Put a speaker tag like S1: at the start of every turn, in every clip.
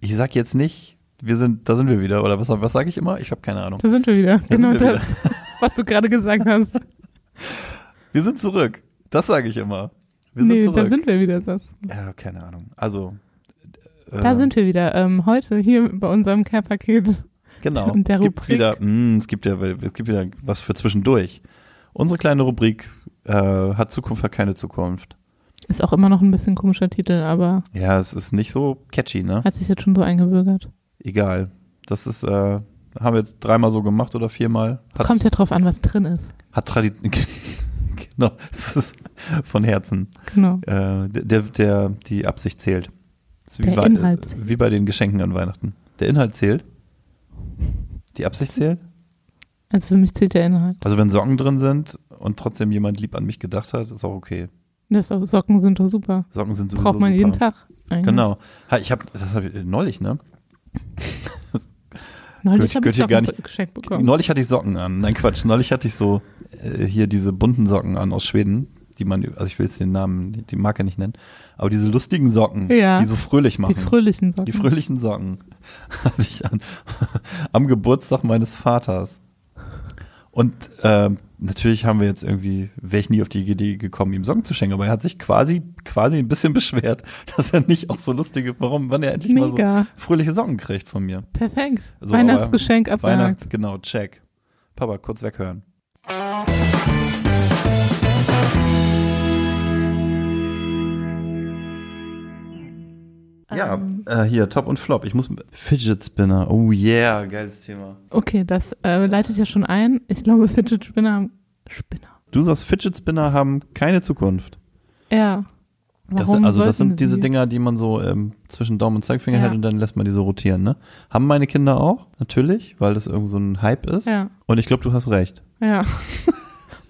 S1: ich sag jetzt nicht, wir sind, da sind wir wieder, oder was, was sage ich immer? Ich habe keine Ahnung.
S2: Da sind wir
S1: Da
S2: wieder.
S1: sind
S2: genau
S1: wir
S2: das, was du gerade gesagt hast.
S1: Wir sind zurück. Das sage ich immer. Wir
S2: nee,
S1: sind
S2: da
S1: zurück.
S2: sind wir wieder. Das.
S1: ja, keine Ahnung. Also. äh,
S2: Da sind wir wieder. Ähm, heute hier bei unserem Care-Paket.
S1: Genau.
S2: Und der
S1: es gibt
S2: Rubrik.
S1: wieder, mh, es gibt ja, es gibt wieder was für zwischendurch. Unsere kleine Rubrik äh, hat Zukunft hat keine Zukunft.
S2: Ist auch immer noch ein bisschen komischer Titel, aber
S1: Ja, es ist nicht so catchy, ne?
S2: hat sich jetzt schon so eingebürgert.
S1: Egal. Das ist, äh, haben wir jetzt dreimal so gemacht oder viermal. Hat,
S2: Kommt ja drauf an, was drin ist.
S1: hat Tradi genau, es ist von Herzen.
S2: Genau.
S1: Äh, der, der, der, die Absicht zählt. Ist
S2: Der
S1: bei, äh,
S2: Inhalt.
S1: Wie bei den Geschenken an Weihnachten. Der Inhalt zählt. Die Absicht zählt.
S2: Also für mich zählt der Inhalt.
S1: Also wenn Socken drin sind und trotzdem jemand lieb an mich gedacht hat, ist auch okay.
S2: Das Socken sind doch super.
S1: Socken sind sowieso
S2: Braucht man
S1: super.
S2: jeden Tag. Eigentlich.
S1: Genau. Ha, Ich habe, das habe ich äh, neulich, ne?
S2: Neulich habe
S1: Gehört
S2: ich
S1: hier
S2: Socken
S1: gar nicht-
S2: geschenkt bekommen.
S1: Neulich hatte ich Socken an. Nein, Quatsch. Neulich hatte ich so äh, hier diese bunten Socken an aus Schweden, die man, also ich will jetzt den Namen, die- die Marke nicht nennen, aber diese lustigen Socken,
S2: Ja.
S1: die so fröhlich machen.
S2: Die fröhlichen Socken.
S1: Die fröhlichen Socken hatte ich an. Am Geburtstag meines Vaters. Und ähm, natürlich haben wir jetzt irgendwie, wäre ich nie auf die Idee gekommen, ihm Socken zu schenken, aber er hat sich quasi, quasi ein bisschen beschwert, dass er nicht auch so lustige, warum, wann er endlich mal
S2: Mega.
S1: so fröhliche Socken kriegt von mir.
S2: Perfekt.
S1: So,
S2: Weihnachtsgeschenk
S1: aber-
S2: abgehakt.
S1: Weihnachts, genau, check. Papa, kurz weghören. Ja,
S2: Ähm,
S1: äh, hier, Top und Flop. Ich muss. Fidget Spinner. Oh yeah, geiles Thema.
S2: Okay, das äh, leitet ja schon ein. Ich glaube, Fidget Spinner haben. Spinner.
S1: Du sagst, Fidget Spinner haben keine Zukunft.
S2: Ja.
S1: Das
S2: Warum
S1: sind, also, das
S2: sollten
S1: sind diese
S2: sie?
S1: Dinger, die man so ähm, zwischen Daumen und Zeigefinger
S2: Ja.
S1: hält und dann lässt man die so rotieren, ne? Haben meine Kinder auch, natürlich, weil das irgend so ein Hype ist.
S2: Ja,
S1: Und ich glaube, du hast recht.
S2: ja.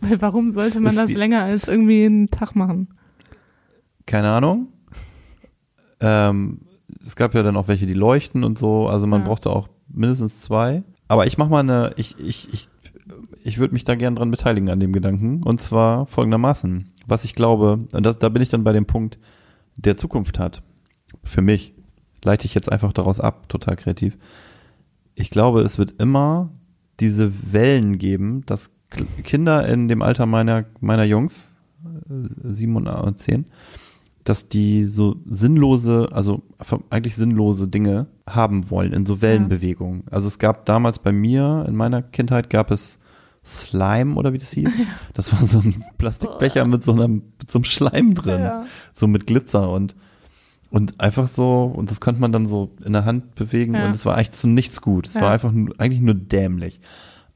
S2: Weil warum sollte man
S1: Ist
S2: das
S1: die-
S2: länger als irgendwie einen Tag machen?
S1: Keine Ahnung. Ähm, es gab ja dann auch welche, die leuchten und so, also man
S2: Ja.
S1: brauchte auch mindestens zwei. Aber ich mach mal eine, ich, ich, ich, ich würde mich da gern dran beteiligen an dem Gedanken. Und zwar folgendermaßen. Was ich glaube, und das, da bin ich dann bei dem Punkt, der Zukunft hat. Für mich. Leite ich jetzt einfach daraus ab, total kreativ. Ich glaube, es wird immer diese Wellen geben, dass K- Kinder in dem Alter meiner, meiner Jungs, äh, sieben und äh, zehn, dass die so sinnlose, also eigentlich sinnlose Dinge haben wollen in so Wellenbewegungen. Also es gab damals bei mir, in meiner Kindheit gab es Slime oder wie das hieß. Das war so ein Plastikbecher mit so, einem, mit so einem Schleim drin.
S2: Oh. Ja.
S1: So mit Glitzer und, und einfach so, und das konnte man dann so in der Hand bewegen
S2: Ja.
S1: und es war echt zu nichts gut. Es
S2: Ja.
S1: war einfach nur, eigentlich nur dämlich.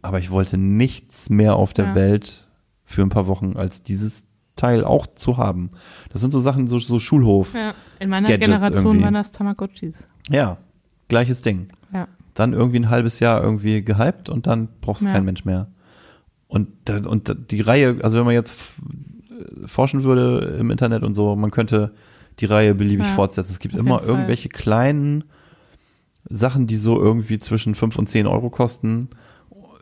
S1: Aber ich wollte nichts mehr auf der
S2: Ja.
S1: Welt für ein paar Wochen als dieses Teil auch zu haben. Das sind so Sachen, so, so Schulhof. Ja.
S2: Ja. In meiner
S1: Gadgets
S2: Generation
S1: irgendwie.
S2: waren das Tamagotchis.
S1: gleiches Ding.
S2: Ja.
S1: Dann irgendwie ein halbes Jahr irgendwie gehypt und dann braucht es
S2: Ja.
S1: kein Mensch mehr. Und, da- und da- die Reihe, also wenn man jetzt f- äh, forschen würde im Internet und so, man könnte die Reihe beliebig
S2: Ja,
S1: fortsetzen. Es gibt
S2: auf
S1: immer
S2: jeden Fall.
S1: irgendwelche kleinen Sachen, die so irgendwie zwischen 5 und 10 Euro kosten,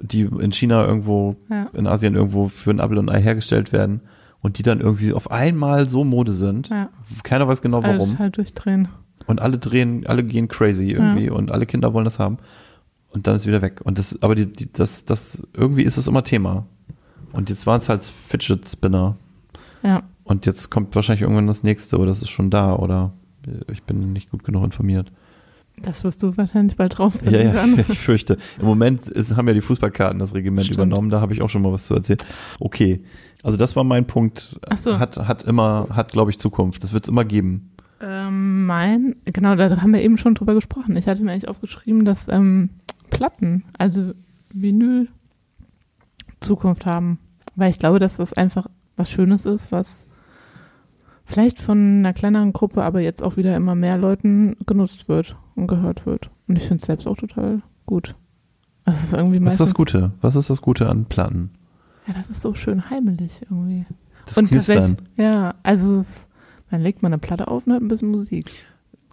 S1: die in China irgendwo,
S2: Ja.
S1: in Asien irgendwo für ein Apfel und ein Ei hergestellt werden und die dann irgendwie auf einmal so Mode sind.
S2: Ja.
S1: Keiner weiß genau
S2: Also
S1: warum.
S2: total durchdrehen.
S1: Und alle drehen, alle gehen crazy irgendwie und alle Kinder wollen das haben. Und dann ist wieder weg. Und das, aber die, die, das, das, irgendwie ist es immer Thema. Und jetzt waren es halt Fidget Spinner.
S2: Ja.
S1: Und jetzt kommt wahrscheinlich irgendwann das nächste oder das ist schon da oder ich bin nicht gut genug informiert.
S2: Das wirst du wahrscheinlich bald rausfinden
S1: Ja, ja,
S2: können.
S1: ich fürchte. Im Moment ist, haben ja die Fußballkarten das Regiment
S2: Stimmt.
S1: übernommen, da habe ich auch schon mal was zu erzählen. Okay, also das war mein Punkt.
S2: Ach so.
S1: Hat, hat immer, hat glaube ich Zukunft. Das wird es immer geben.
S2: Ähm, mein, genau, da haben wir eben schon drüber gesprochen. Ich hatte mir eigentlich aufgeschrieben, dass ähm, Platten, also Vinyl, Zukunft haben. Weil ich glaube, dass das einfach was Schönes ist, was vielleicht von einer kleineren Gruppe, aber jetzt auch wieder immer mehr Leuten genutzt wird und gehört wird. Und ich finde es selbst auch total gut. Das ist irgendwie
S1: Was ist
S2: meistens,
S1: das Gute? Was ist das Gute an Platten?
S2: Ja, das ist so schön heimelig irgendwie.
S1: Das Knistern.
S2: tatsächlich- Ja, also es, dann legt man eine Platte auf und hört ein bisschen Musik.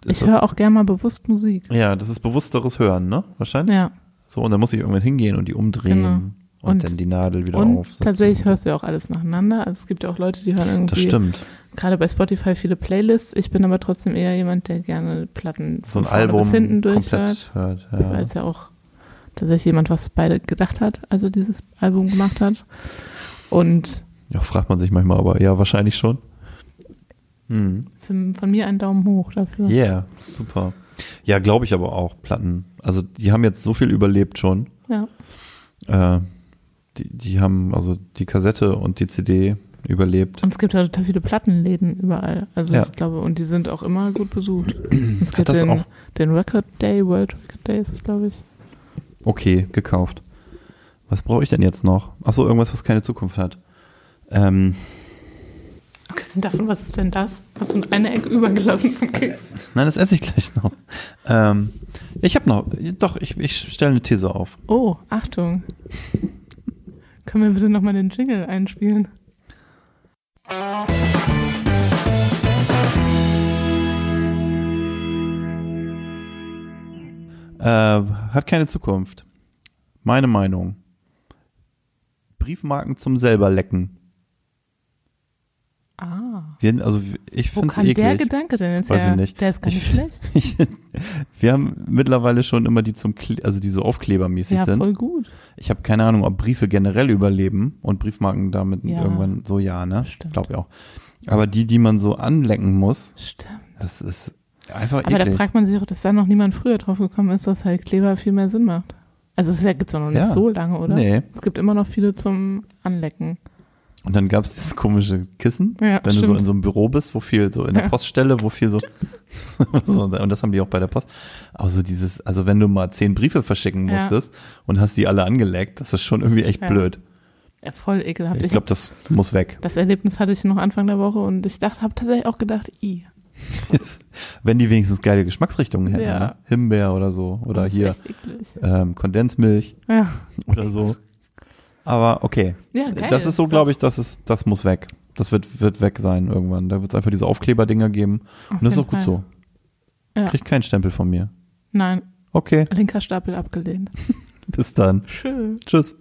S1: Ist
S2: ich
S1: das,
S2: höre auch gerne mal bewusst Musik.
S1: ja, das ist bewussteres Hören, ne? Wahrscheinlich.
S2: Ja, Genau.
S1: So, und dann muss ich irgendwann hingehen und die umdrehen. Und,
S2: Und-
S1: dann die Nadel wieder
S2: Und
S1: auf.
S2: tatsächlich hörst du ja auch alles nacheinander. Also es gibt ja auch Leute, die hören
S1: Das
S2: irgendwie
S1: stimmt.
S2: gerade bei Spotify viele Playlists. Ich bin aber trotzdem eher jemand, der gerne Platten
S1: So ein
S2: von vorne
S1: Album
S2: bis hinten durchhört.
S1: komplett hört.
S2: Weil
S1: Ja.
S2: es ja auch tatsächlich jemand, was beide gedacht hat, also dieses Album gemacht hat. Und
S1: ja, fragt man sich manchmal, aber ja, wahrscheinlich schon. Mhm.
S2: von, von mir einen Daumen hoch dafür.
S1: Yeah, super. Ja, glaube ich aber auch, Platten. Also die haben jetzt so viel überlebt schon.
S2: Ja.
S1: Äh, die, die haben also die Kassette und die CD überlebt.
S2: Und es gibt ja total viele Plattenläden überall. Also
S1: Ja.
S2: ich glaube, und die sind auch immer gut besucht. Und es
S1: Hat
S2: gibt
S1: das
S2: den,
S1: auch-
S2: den Record Day, World Record Day ist es, glaube ich.
S1: Okay, gekauft. Was brauche ich denn jetzt noch? Achso, irgendwas, was keine Zukunft hat. Ähm,
S2: Abgesehen davon, was ist denn das? Hast du eine Ecke übergelassen?
S1: nein, das esse ich gleich noch. Ähm, ich habe noch, doch, ich, ich stelle eine These auf.
S2: Oh, Achtung. Können wir bitte nochmal den Jingle einspielen?
S1: Äh, hat keine Zukunft. Meine Meinung. Briefmarken zum selber lecken.
S2: Ah.
S1: Wir, also ich
S2: Wo
S1: finde es
S2: kam der
S1: eklig.
S2: Gedanke denn jetzt
S1: Weiß ich
S2: her?
S1: nicht.
S2: Der ist gar
S1: Ich-
S2: nicht schlecht.
S1: Ich, wir haben mittlerweile schon immer die zum, Kle- also die so aufklebermäßig
S2: Ja,
S1: sind.
S2: voll gut.
S1: Ich habe keine Ahnung, ob Briefe generell überleben und Briefmarken damit
S2: Ja.
S1: irgendwann so ja, ne?
S2: Stimmt.
S1: Glaube ich auch. Aber die, die man so anlecken muss,
S2: Stimmt.
S1: das ist einfach
S2: Aber da
S1: eklig.
S2: fragt man sich auch, dass da noch niemand früher drauf gekommen ist, dass halt Kleber viel mehr Sinn macht. Also es gibt es auch noch nicht
S1: Ja.
S2: so lange, oder?
S1: Nee.
S2: Es gibt immer noch viele zum Anlecken.
S1: Und dann gab es dieses komische Kissen,
S2: Ja,
S1: wenn du so
S2: stimmt.
S1: in so einem Büro bist, wo viel so in der
S2: Ja.
S1: Poststelle, wo viel so, so. Und das haben die auch bei der Post. Aber so dieses, also wenn du mal zehn Briefe verschicken
S2: Ja.
S1: musstest und hast die alle angeleckt, das ist schon irgendwie echt
S2: Ja.
S1: blöd.
S2: Ja, voll ekelhaft.
S1: Ich glaube, das muss weg.
S2: das Erlebnis hatte ich noch Anfang der Woche und ich dachte, habe tatsächlich auch gedacht, i.
S1: Wenn die wenigstens geile Geschmacksrichtungen hätten,
S2: Ja.
S1: ne? Himbeer oder so oder
S2: das ist
S1: hier
S2: echt eklig.
S1: ähm, Kondensmilch
S2: Ja,
S1: oder so. Aber okay,
S2: ja geil.
S1: das ist so, glaube ich, dass es, das muss weg. Das wird, wird weg sein irgendwann. Da wird es einfach diese Aufkleberdinger geben. Und das ist auch gut so.
S2: Ja.
S1: Kriegt keinen Stempel von mir.
S2: Nein,
S1: Okay,
S2: linker Stapel abgelehnt.
S1: bis dann.
S2: Schön.
S1: Tschüss.